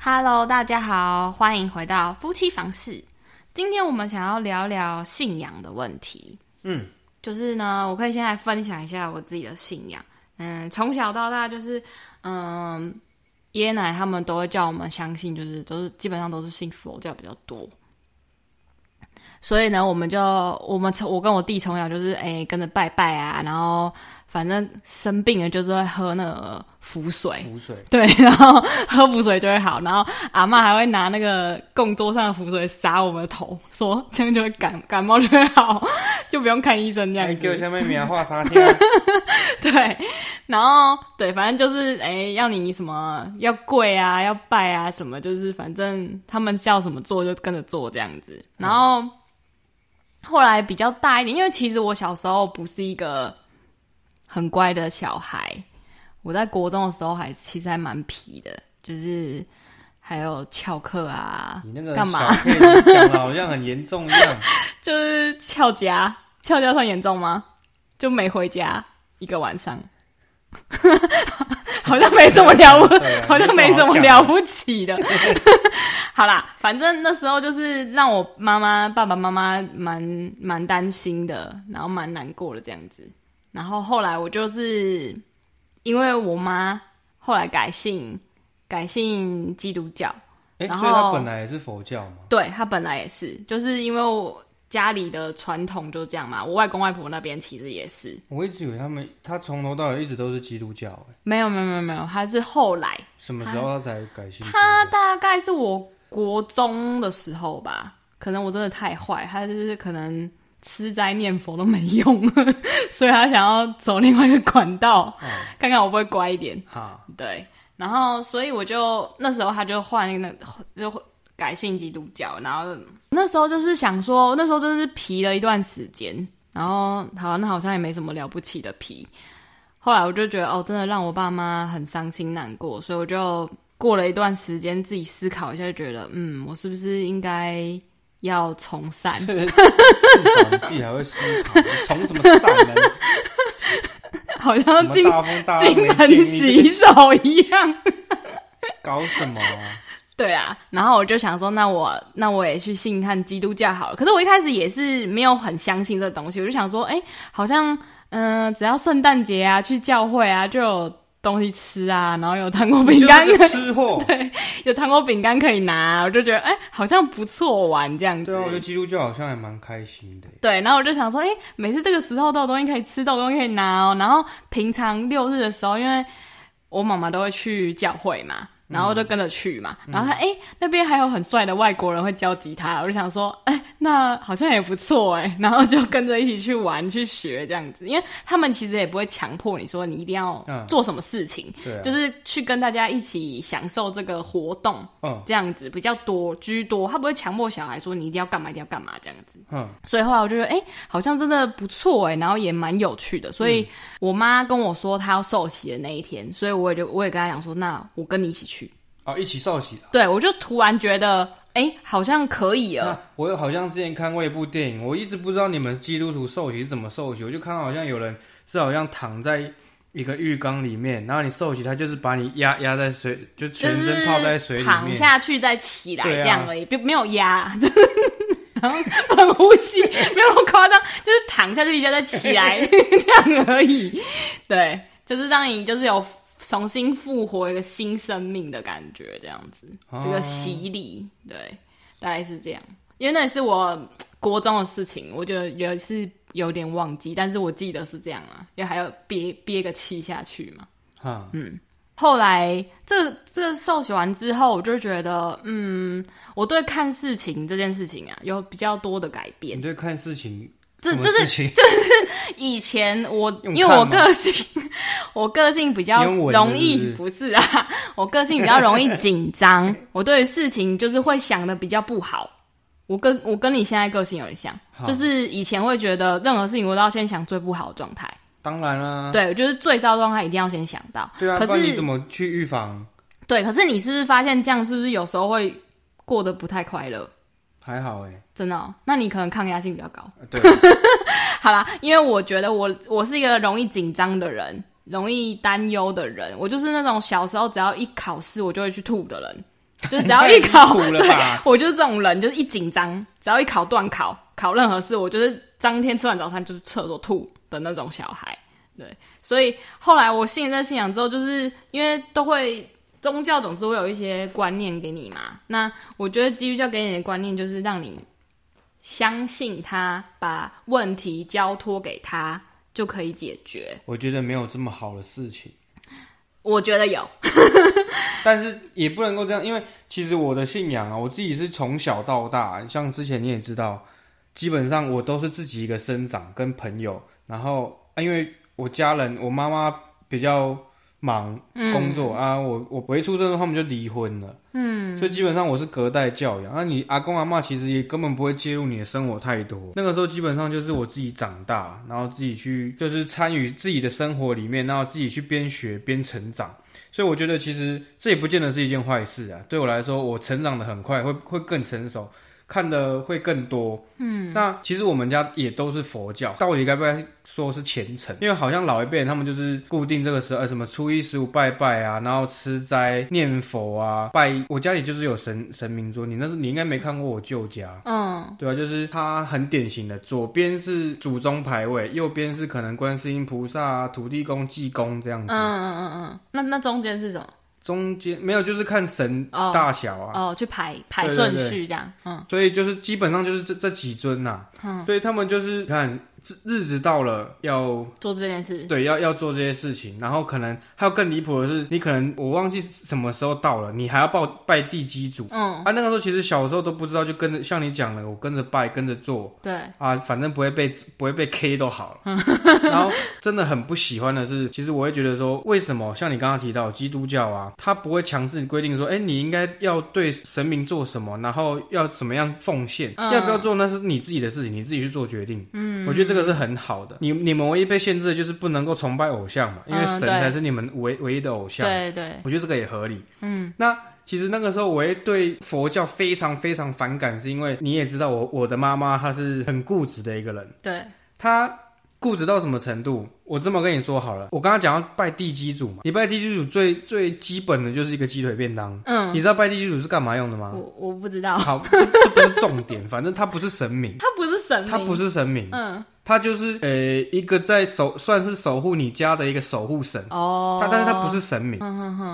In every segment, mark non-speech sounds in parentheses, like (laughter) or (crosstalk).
Hello，大家好，欢迎回到夫妻房事。今天我们想要聊聊信仰的问题。嗯，就是呢，我可以先来分享一下我自己的信仰。嗯，从小到大就是，嗯，爷爷奶奶他们都会叫我们相信，就是都是基本上都是信佛教比较多。所以呢，我们就我们从我跟我弟从小就是哎跟着拜拜啊，然后反正生病了就是会喝那个符水，浮水，对， (laughs) 然后喝符水就会好，然后阿嬷还会拿那个供桌上的符水洒我们的头，说这样就会感感冒就会好，就不用看医生这样哎，给我子。下面棉花啥 (laughs) 天啊？对，然后对，反正就是哎，要你什么要跪啊，要拜啊，什么就是反正他们叫什么做就跟着做这样子。然后、后来比较大一点，因为其实我小时候不是一个很乖的小孩，我在国中的时候还其实还蛮皮的，就是还有翘课啊，你那个干嘛？小 K 讲的好像很严重 (laughs) 一样。就是翘家，翘家算严重吗？就没回家一个晚上， (laughs) 好像没什么了 (laughs) 不，对啊好像没什么没什么好讲的了不起的。好啦，反正那时候就是让我妈妈、爸爸妈妈蛮蛮担心的，然后蛮难过的这样子。然后后来我就是因为我妈后来改信改信基督教，哎，然后所以他本来也是佛教嘛。对他本来也是，就是因为我家里的传统就是这样嘛。我外公外婆那边其实也是，我一直以为他们，他从头到尾一直都是基督教，哎没有没有没有没有，他是后来，什么时候他才改信基督他教？大概是我国中的时候吧，可能我真的太坏，他就是可能吃斋念佛都没用， (laughs) 所以他想要走另外一个管道，哦看看我会不会乖一点。哈，对，然后所以我就那时候他就换那就改信基督教，然后那时候就是想说，那时候就是皮了一段时间，然后好那好像也没什么了不起的皮。后来我就觉得哦，真的让我爸妈很伤心难过，所以我就过了一段时间自己思考一下，就觉得嗯，我是不是应该要从善？ (laughs) 至少你自己还会思考， (laughs) 你从什么善 (laughs) 呢？好什像么进大风大浪进没门见洗你手一样。搞什么啊？对啊，然后我就想说，那我那我也去信看基督教好了。可是我一开始也是没有很相信这东西，我就想说，哎，好像嗯、呃只要圣诞节啊，去教会啊，就有东西吃啊，然后有糖果你饼就干是，个吃货。 (laughs) 有糖果饼干可以拿啊、我就觉得哎，好像不错玩这样子。对啊，我觉得基督教好像还蛮开心的。对，然后我就想说，诶，每次这个时候都有东西可以吃，都有东西可以拿哦。然后平常六日的时候，因为我妈妈都会去教会嘛，嗯然后就跟着去嘛。然后她诶，那边还有很帅的外国人会教吉他，我就想说，诶，那好像也不错诶。然后就跟着一起去玩去学这样子，因为他们其实也不会强迫你说你一定要嗯做什么事情，对啊，就是去跟大家一起享受这个活动，嗯这样子比较多居多。他不会强迫小孩说你一定要干嘛，一定要干嘛这样子。嗯，所以后来我就觉得，哎、好像真的不错哎、然后也蛮有趣的。所以嗯我妈跟我说她要受洗的那一天，所以我也就我也跟她讲说，那我跟你一起去。哦，一起受洗了。对，我就突然觉得，哎、好像可以了。那我好像之前看过一部电影，我一直不知道你们基督徒受洗是怎么受洗，我就看到好像有人是好像躺在一个浴缸里面，然后你受洗，他就是把你压压在水，就就全是身泡在水里躺面。下去再起来对啊这样而已，就没有压， (laughs) 就是然后很呼吸，没有那么夸张，就是躺下去一下再起 (laughs) 来这样而已。对，就是让你就是有重新复活一个新生命的感觉，这样子。哦这个洗礼，对，大概是这样。因为那也是我国中的事情，我觉得有一次有点忘记，但是我记得是这样啊，因为还要憋憋个气下去嘛。哈，后来这这受洗完之后，我就觉得，嗯，我对看事情这件事情啊，有比较多的改变你。对看事情，这什么这是事情以前我用因为看我吗个性， (laughs) 我个性比较你用吻的容易是不是啊， (laughs) 我个性比较容易紧张， (laughs) 我对于事情就是会想的比较不好。我跟我跟你现在个性有点像，好就是以前会觉得任何事情我都要先想最不好的状态，当然啦、对，就是最糟的状态一定要先想到。啊对啊，可不然你是怎么去预防？对，可是你是不是发现这样是不是有时候会过得不太快乐？还好哎、真的、哦，那你可能抗压性比较高。 (laughs) 对， (laughs) 好啦，因为我觉得我我是一个容易紧张的人，容易担忧的人，我就是那种小时候只要一考试我就会去吐的人。就是只要一 (laughs) 考，太离谱了吧对，我就是这种人，就是一紧张，只要一考断考，考任何事，我就是当天吃完早餐就是厕所吐的那种小孩。对，所以后来我信任信仰之后，就是因为都会宗教总是会有一些观念给你嘛。那我觉得基督教给你的观念就是让你相信他，把问题交托给他就可以解决。我觉得没有这么好的事情。我觉得有， (laughs) 但是也不能够这样，因为其实我的信仰啊，我自己是从小到大，像之前你也知道，基本上我都是自己一个生长，跟朋友，然后、啊、因为我家人，我妈妈比较忙工作、啊，我我不会出生，他们就离婚了，嗯，所以基本上我是隔代教养。那、啊你阿公阿嬷其实也根本不会介入你的生活太多，那个时候基本上就是我自己长大，然后自己去就是参与自己的生活里面，然后自己去边学边成长。所以我觉得其实这也不见得是一件坏事啊。对我来说，我成长的很快，会会更成熟，看的会更多。嗯，那其实我们家也都是佛教，到底该不该说是虔诚？因为好像老一辈人他们就是固定这个时候，呃，什么初一十五拜拜啊，然后吃斋念佛啊，拜。我家里就是有神神明桌，你那是你应该没看过我舅家。嗯，对啊，就是它很典型的，左边是祖宗牌位，右边是可能观世音菩萨、啊、土地公、济公这样嗯子。嗯嗯嗯，那那中间是什么？中间没有，就是看神哦大小啊。哦，去排排对对顺对序这样，嗯所以就是基本上就是这这几尊呐、所以他们就是你看日日子到了要做这件事，对要要做这些事情，然后可能还有更离谱的是，你可能我忘记什么时候到了，你还要拜拜地基主嗯，啊。那个时候其实小时候都不知道，就跟着像你讲的，我跟着拜跟着做，对，啊，反正不会被不会被 K 都好 (laughs) 了。然后真的很不喜欢的是，其实我会觉得说，为什么像你刚刚提到基督教啊，他不会强制规定说，哎、你应该要对神明做什么，然后要怎么样奉献，嗯要不要做那是你自己的事情，你自己去做决定。嗯，我觉得这个是很好的。你你们唯一被限制的就是不能够崇拜偶像嘛，因为嗯神对才是你们唯唯一的偶像。对对，我觉得这个也合理。嗯，那其实那个时候我也对佛教非常非常反感，是因为你也知道我我的妈妈她是很固执的一个人，对，她固执到什么程度？我这么跟你说好了，我刚刚讲要拜地基主嘛，你拜地基主最最基本的就是一个鸡腿便当，嗯嗯，你知道拜地基主是干嘛用的我吗？我不知道，好，这这不是重点，反正他不是神明，他不是神明，嗯他不是， (laughs) 是神明，嗯，他就是呃一个在守算是守护你家的一个守护神。哦，嗯他但是他不是神明，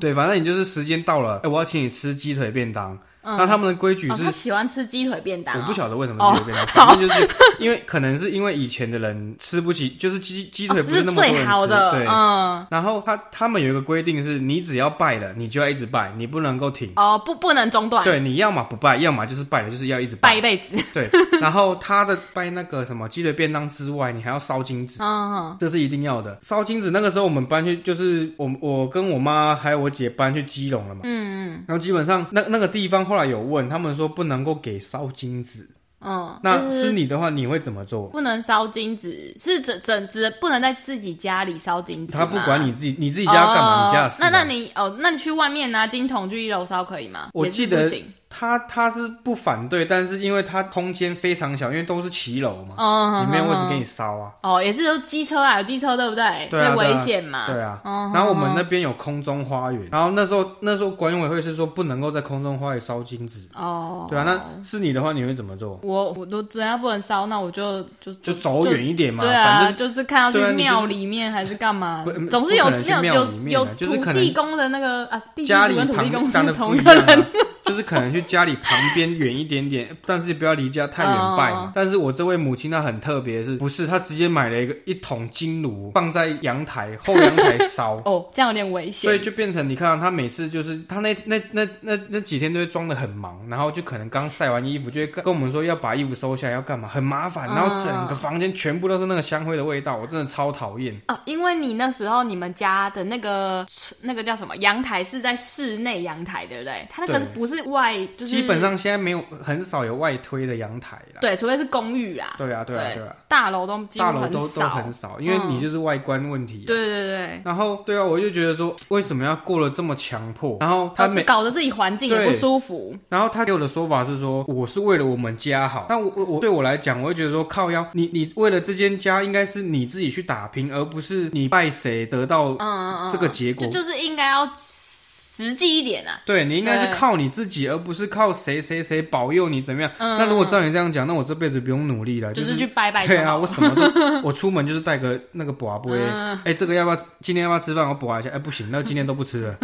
对，反正你就是时间到了，哎、我要请你吃鸡腿便当。那他们的规矩哦，是，他喜欢吃鸡腿便当哦，我不晓得为什么哦鸡腿便当，反正就是因为可能是因为以前的人吃不起，就是鸡鸡腿哦不这那是么多人吃，最好的，对。嗯，然后他他们有一个规定是，你只要拜了，你就要一直拜，你不能够停。哦，不不能中断，对，你要么不拜，要么就是拜了，就是要一直拜一辈子，对，然后他的拜那个什么鸡腿便当之外，你还要烧金纸。嗯，这是一定要的。烧金子那个时候我们搬去，就是我我跟我妈还有我姐搬去基隆了嘛。嗯嗯。然后基本上那那个地方后来有问，他们说不能够给烧金子。嗯，那就是你的话，你会怎么做？不能烧金纸，是整整只不能在自己家里烧金纸吗，他不管你自己，你自己家干嘛？你家的哦事啊、那那你哦，那你去外面拿金桶去一楼烧可以吗？我也是记得不行，他他是不反对，但是因为他空间非常小，因为都是骑楼嘛，嗯，你没有位置给你。你烧啊。哦，也是有机车啊，有机车对不对？对啊所以危险嘛。对啊，嗯然后我们那边有空中花园，然后那时候那时候管委会是说不能够在空中花园烧金子，哦，对啊，那是你的话你会怎么做？我我都只要不能烧，那我就就就走远一点嘛，对反啊，正就是看要去对啊你就是庙里面还是干嘛不嗯，总是有不可能去那种庙有里面啊有就是土可能地公的那个啊，地基家主里跟土地公旁是长得同不一一个样、人。啊， (laughs) 就是可能去家里旁边远一点点， (laughs) 但是不要离家太远拜嘛。哦。但是我这位母亲她很特别，是不是她直接买了一个一桶金炉放在阳台后阳台烧 (laughs) 哦，这样有点危所以险。就变成你看、她每次就是她那那那那那那几天都会装的很忙，然后就可能刚晒完衣服，就会跟跟我们说要把衣服收下来要干嘛，很麻烦，嗯然后整个房间全部都是那个香灰的味道，我真的超讨厌。哦，因为你那时候你们家的那个那个叫什么阳台是在室内阳台，对不对？它那个对不是外，就是基本上现在没有很少有外推的阳台啦。对，除非是公寓啦，对啊，对啊，对啊，大楼都几乎大楼都都少。嗯很啊少，因为你就是外观问题、啊对对对，然后对啊，我就觉得说，为什么要过得这么强迫？然后他哦就每，搞得自己环境也不对舒服。然后他给我的说法是说，我是为了我们家好。那我我我对我来讲，我会觉得说，靠腰，你你为了这间家，应该是你自己去打拼，而不是你拜谁得到嗯嗯嗯，这个结果就。就是应该要实际一点啊。对你应该是对靠你自己，而不是靠谁谁谁保佑你怎么样。嗯那如果照你这样讲，那我这辈子不用努力了，就是是去拜拜就对啊，好我了。什 (laughs) 么都，我出门就是带个那个卜杯，哎、嗯这个要不要？今天要不要吃饭？我卜一下，哎、(laughs) 不行，那今天都不吃了，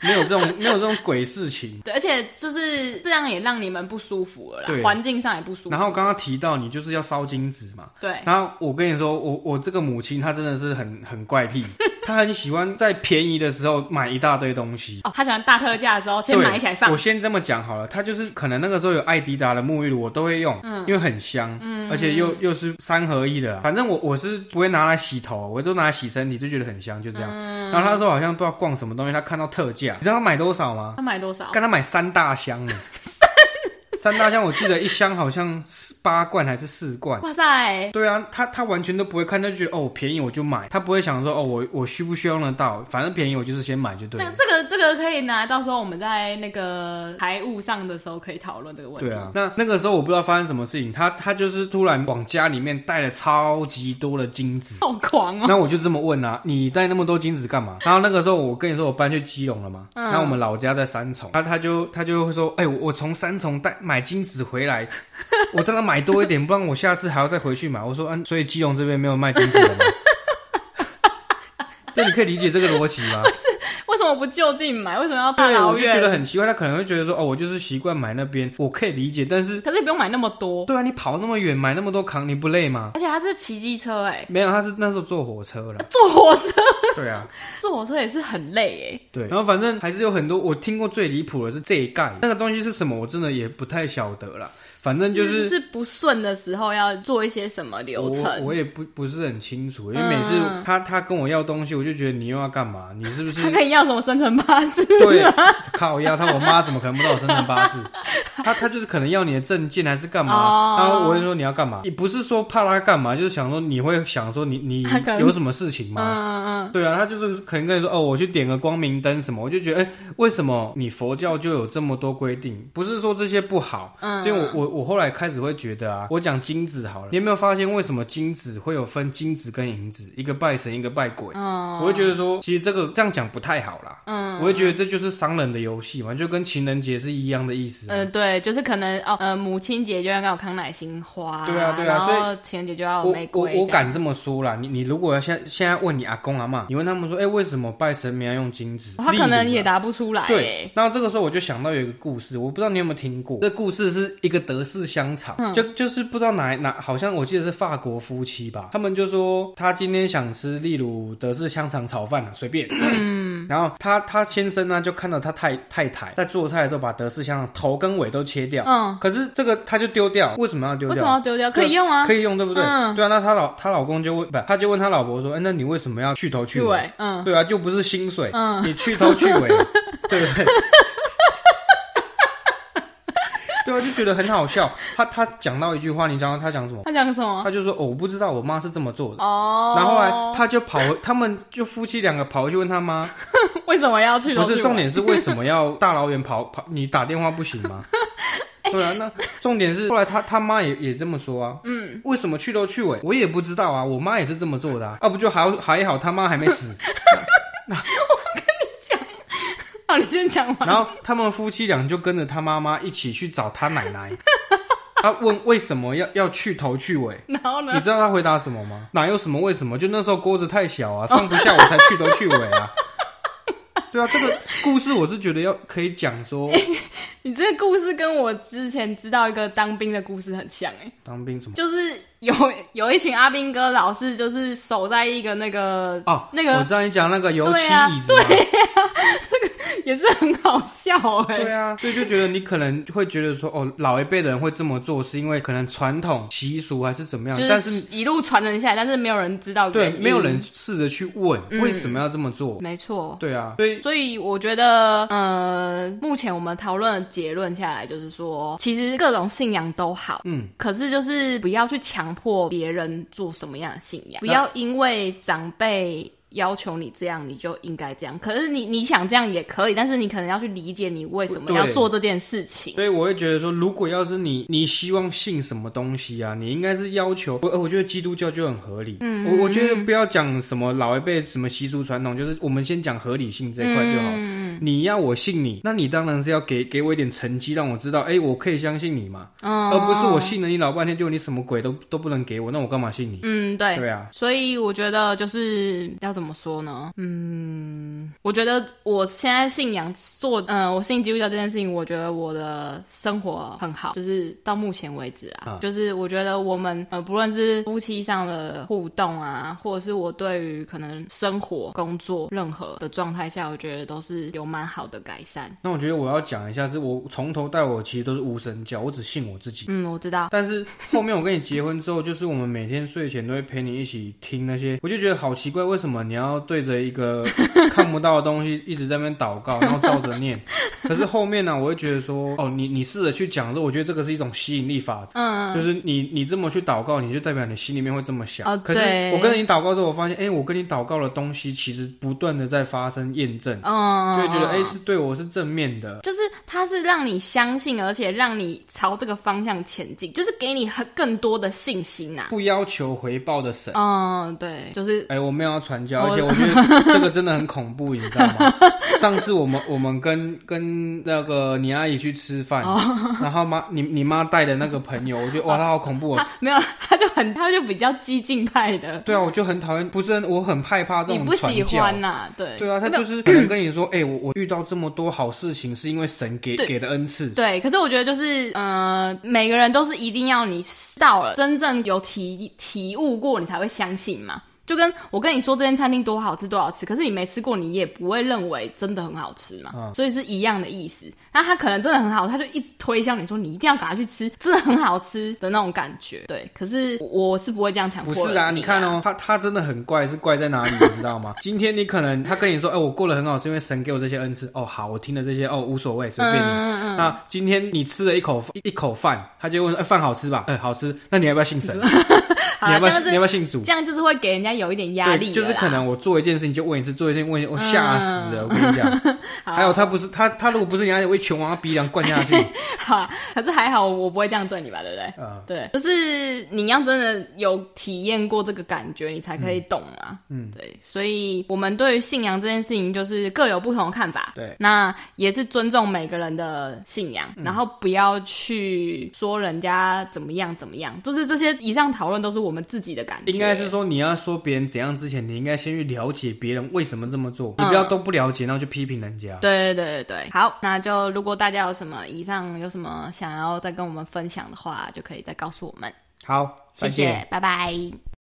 没有这种没有这种鬼事情。 (laughs) 对，而且就是这样也让你们不舒服了对啦，环境上也不舒服。然后刚刚提到你就是要烧金纸嘛，对，然后我跟你说，我我这个母亲她真的是很很怪癖，她很喜欢在便宜的时候买一大堆东西。哦，他喜欢大特价的时候先对买起来放我。先这么讲好了，它就是可能那个时候有艾迪达的沐浴露，我都会用，嗯因为很香，而且又又是三合一的啊、反正我我是不会拿来洗头，我都拿来洗身体，就觉得很香，就这样。嗯然后他说好像不知道逛什么东西，他看到特价，你知道他买多少吗？他买多少？跟他买三大箱 (laughs) 呢，三大箱我记得一箱好像是八罐还是四罐。哇塞，对啊，他他完全都不会看，他就觉得哦便宜我就买，他不会想说哦我我需不需要用得到，反正便宜我就是先买就这对了。个这个这个可以拿，到时候我们在那个财务上的时候可以讨论这个问题。，对啊，那那个时候我不知道发生什么事情，他他就是突然往家里面带了超级多的金 (laughs) 子好狂哦！那我就这么问啊，你带那么多金子干嘛？然后那个时候我跟你说我搬去基隆了嘛，嗯那、我们老家在三重，他他就他就会说，哎、我我从三重带买金子回来， (laughs) 我当然买多一点，不然我下次还要再回去买。我说，嗯、所以基隆这边没有卖金子的吗？ (laughs) 对，你可以理解这个逻辑吗？为什么不就近买？为什么要 (laughs) 大对，啊老我就觉得远？很奇怪，他可能会觉得说，哦，我就是习惯买那边，我可以理解，但是可是也不用买那么多，对啊，你跑那么远，买那么多扛，你不累吗？而且他是骑机车哎、没有，他是那时候坐火车了。坐火车， (laughs) 对啊，坐火车也是很累 (laughs) 哎对。然后反正还是有很多，我听过最离谱的是这一盖那个东西是什么，我真的也不太晓得啦。反正哎、就就是是是不顺的时候要做一些什么流我程。我也不不是很清楚，因为每次嗯他他跟我要东西，我就觉得你又要干嘛？你是不是 (laughs) 他跟你要什么生辰八字？对靠腰？他我妈怎么可能不知道我生辰八字？ (laughs) 他他就是可能要你的证件还是干嘛？哦然后我就说你要干嘛？也不是说怕他干嘛，就是想说你会想说你你他可能有什么事情吗？嗯嗯对啊，他就是可能跟你说哦，我去点个光明灯什么，我就觉得，哎、为什么你佛教就有这么多规定？不是说这些不好，嗯所以我我我后来开始会觉得啊，我讲金子好了，你有没有发现为什么金子会有分金子跟银子，一个拜神，一个拜鬼？嗯，我会觉得说，其实这个这样讲不太好啦，嗯我会觉得这就是商人的游戏嘛，就跟情人节是一样的意思啊、嗯，对，就是可能哦，呃，母亲节就要要康乃馨花，对啊对啊然所以后情人节就要有我哦玫我瑰我这样，敢这么说啦，你你如果要现现在问你阿公阿妈，你问他们说，哎、为什么拜神明要用金子？哦他可能例如啊也答不出来，哎对，，然后这个时候我就想到有一个故事，我不知道你有没有听过。这故事是一个德式香肠，嗯就就是不知道哪哪，好像我记得是法国夫妻吧，他们就说他今天想吃，例如德式香肠炒饭啊，随便。嗯。然后他他先生呢，就看到他太太太在做菜的时候，把德式香肠头跟尾都切掉。嗯，可是这个他就丢掉，为什么要丢为什掉么？要丢掉？可以用啊，可以用，对不对？嗯对啊，那她老她老公就问，不，他就问他老婆说，哎，那你为什么要去头去尾？尾，嗯，对啊，就不是薪水，嗯你去头去 (laughs) 尾，对不对？ (laughs) 对啊，就觉得很好笑。他他讲到一句话，你知道他讲什么？他讲什么？他就说：“哦，我不知道，我妈是这么做的。哦，然后后来他就跑回，他们就夫妻两个跑回去问他妈，为什么要去？不是重，点是为什么要大老远跑跑？你打电话不行 (laughs) 吗？对啊，那重点是后来他他妈也也这么说啊。嗯，为什么去头去尾？我也不知道啊，我妈也是这么做的啊。啊，不就还还好他妈还没死。好，你先讲完。 (laughs) 然后他们夫妻俩就跟着他妈妈一起去找他奶 (laughs) 奶，他问为什么要要去头去尾。然后你呢？知道他回答什么吗？哪有什么为什么？就那时候锅子太小啊， (laughs) 放不下我才去头去尾 (laughs) 啊。对啊，这个故事我是觉得要可以讲 (laughs) 说，你这个故事跟我之前知道一个当兵的故事很像哎、欸当兵什么就是有有一群阿兵哥老是就是守在一个那个 (laughs) 哦，那我个知道你讲那个油漆对啊椅子嘛，也是很好笑哎、对啊，所以就觉得你可能会觉得说，哦，老一辈的人会这么做，是因为可能传统习俗还是怎么样，就啊但是是一路传承下来，但是没有人知道对，原因没有人试着去问嗯为什么要这么做，没错。对啊，所以所以我觉得，呃，目前我们讨论的结论下来就是说，其实各种信仰都好，嗯，可是就是不要去强迫别人做什么样的信仰，不要因为长辈要求你这样，你就应该这样。可是你你想这样也可以，但是你可能要去理解你为什么对要做这件事情。所以我会觉得说，如果要是你你希望信什么东西啊，你应该是要求我，呃我觉得基督教就很合理。嗯，我我觉得不要讲什么老一辈什么习俗传统，就是我们先讲合理性这一块就好。嗯，嗯，你要我信你，那你当然是要给给我一点成绩，让我知道，哎、我可以相信你嘛，嗯，而不是我信了你老半天，结果你什么鬼都都不能给我，那我干嘛信你？嗯，对，对啊，所以我觉得就是要怎么说呢？嗯，我觉得我现在信仰做，嗯，我信基督教这件事情，我觉得我的生活很好，就是到目前为止嗯啊，就是我觉得我们呃，不论是夫妻上的互动啊，或者是我对于可能生活、工作任何的状态下，我觉得都是有蛮好的改善。那我觉得我要讲一下，是我从头到尾其实都是无神教，我只信我自己。嗯，我知道，但是后面我跟你结婚之后，就是我们每天睡前都会陪你一起听那些，我 (laughs) 就觉得好奇怪，为什么你要对着一个 (laughs) 看不到的东西一直在那边祷告，然后照着 (laughs) 念？可是后面呢、我会觉得说，哦，你你试着去讲的时候，我觉得这个是一种吸引力法则。嗯，就是你你这么去祷告，你就代表你心里面会这么想。哦可是对我跟你祷告之后，我发现，哎、我跟你祷告的东西其实不断的在发生验证，就嗯，会觉得，哎、是对我是正面的。就是它是让你相信，而且让你朝这个方向前进，就是给你很更多的信心呐、不要求回报的神。嗯，对，就是哎、我没有要传教，哦而且我觉得这个真的很恐怖，你知道 (laughs) 吗？上次我们我们跟跟那个你阿姨去吃饭，哦然后妈你你妈带的那个朋友，我觉得哇，他好恐怖哦。 (laughs) 他没有，他就很，他就比较激进派的，对啊，我就很讨厌，不是很我很害怕这你种不传喜教。欢呐、对，对啊，他没有就是可能跟你说，哎、我我遇到这么多好事情，是因为神给对给的恩赐。对，可是我觉得就是，呃，每个人都是一定要你到了真正有体体悟过，你才会相信嘛。就跟我跟你说这间餐厅多好吃多好吃，可是你没吃过，你也不会认为真的很好吃嘛，嗯所以是一样的意思。那他可能真的很好，他就一直推销你说你一定要赶快去吃，真的很好吃的那种感觉。对，可是我是不会这样强迫不人是的啊，你看哦，他他真的很怪，是怪在哪里， (laughs) 你知道吗？今天你可能他跟你说，哎、我过得很好，是因为神给我这些恩赐。哦，好，我听了这些，哦，无所谓，随便你。嗯那今天你吃了一口一一口饭，他就问说，哎、饭好吃吧？哎、好吃。那你要不要信神？你 (laughs) 好啦要不这样要信？就 (laughs) 你要不要信主？这样就是会给人家有一点压力对，了就是可啦能我做一件事情就问一次，做一件问一次，我吓死了，我跟你讲。嗯 (laughs) 好还有他不是他他如果不是人家，我一拳往他鼻梁 (laughs) 灌下去。 (laughs) 好啦，可是还好我不会这样对你吧，对不对？嗯对，就是你要真的有体验过这个感觉，你才可以懂嘛。嗯，对，所以我们对于信仰这件事情，就是各有不同的看法。对嗯那也是尊重每个人的信仰，然后不要去说人家怎么样怎么样，就是这些以上讨论都是我们自己的感觉。应该是说你要说别人怎样之前，你应该先去了解别人为什么这么做，你不嗯要都不了解，然后去批评人家。对对对对对，好，那就如果大家有什么以上有什么想要再跟我们分享的话，就可以再告诉我们。好，谢再见。谢，拜拜。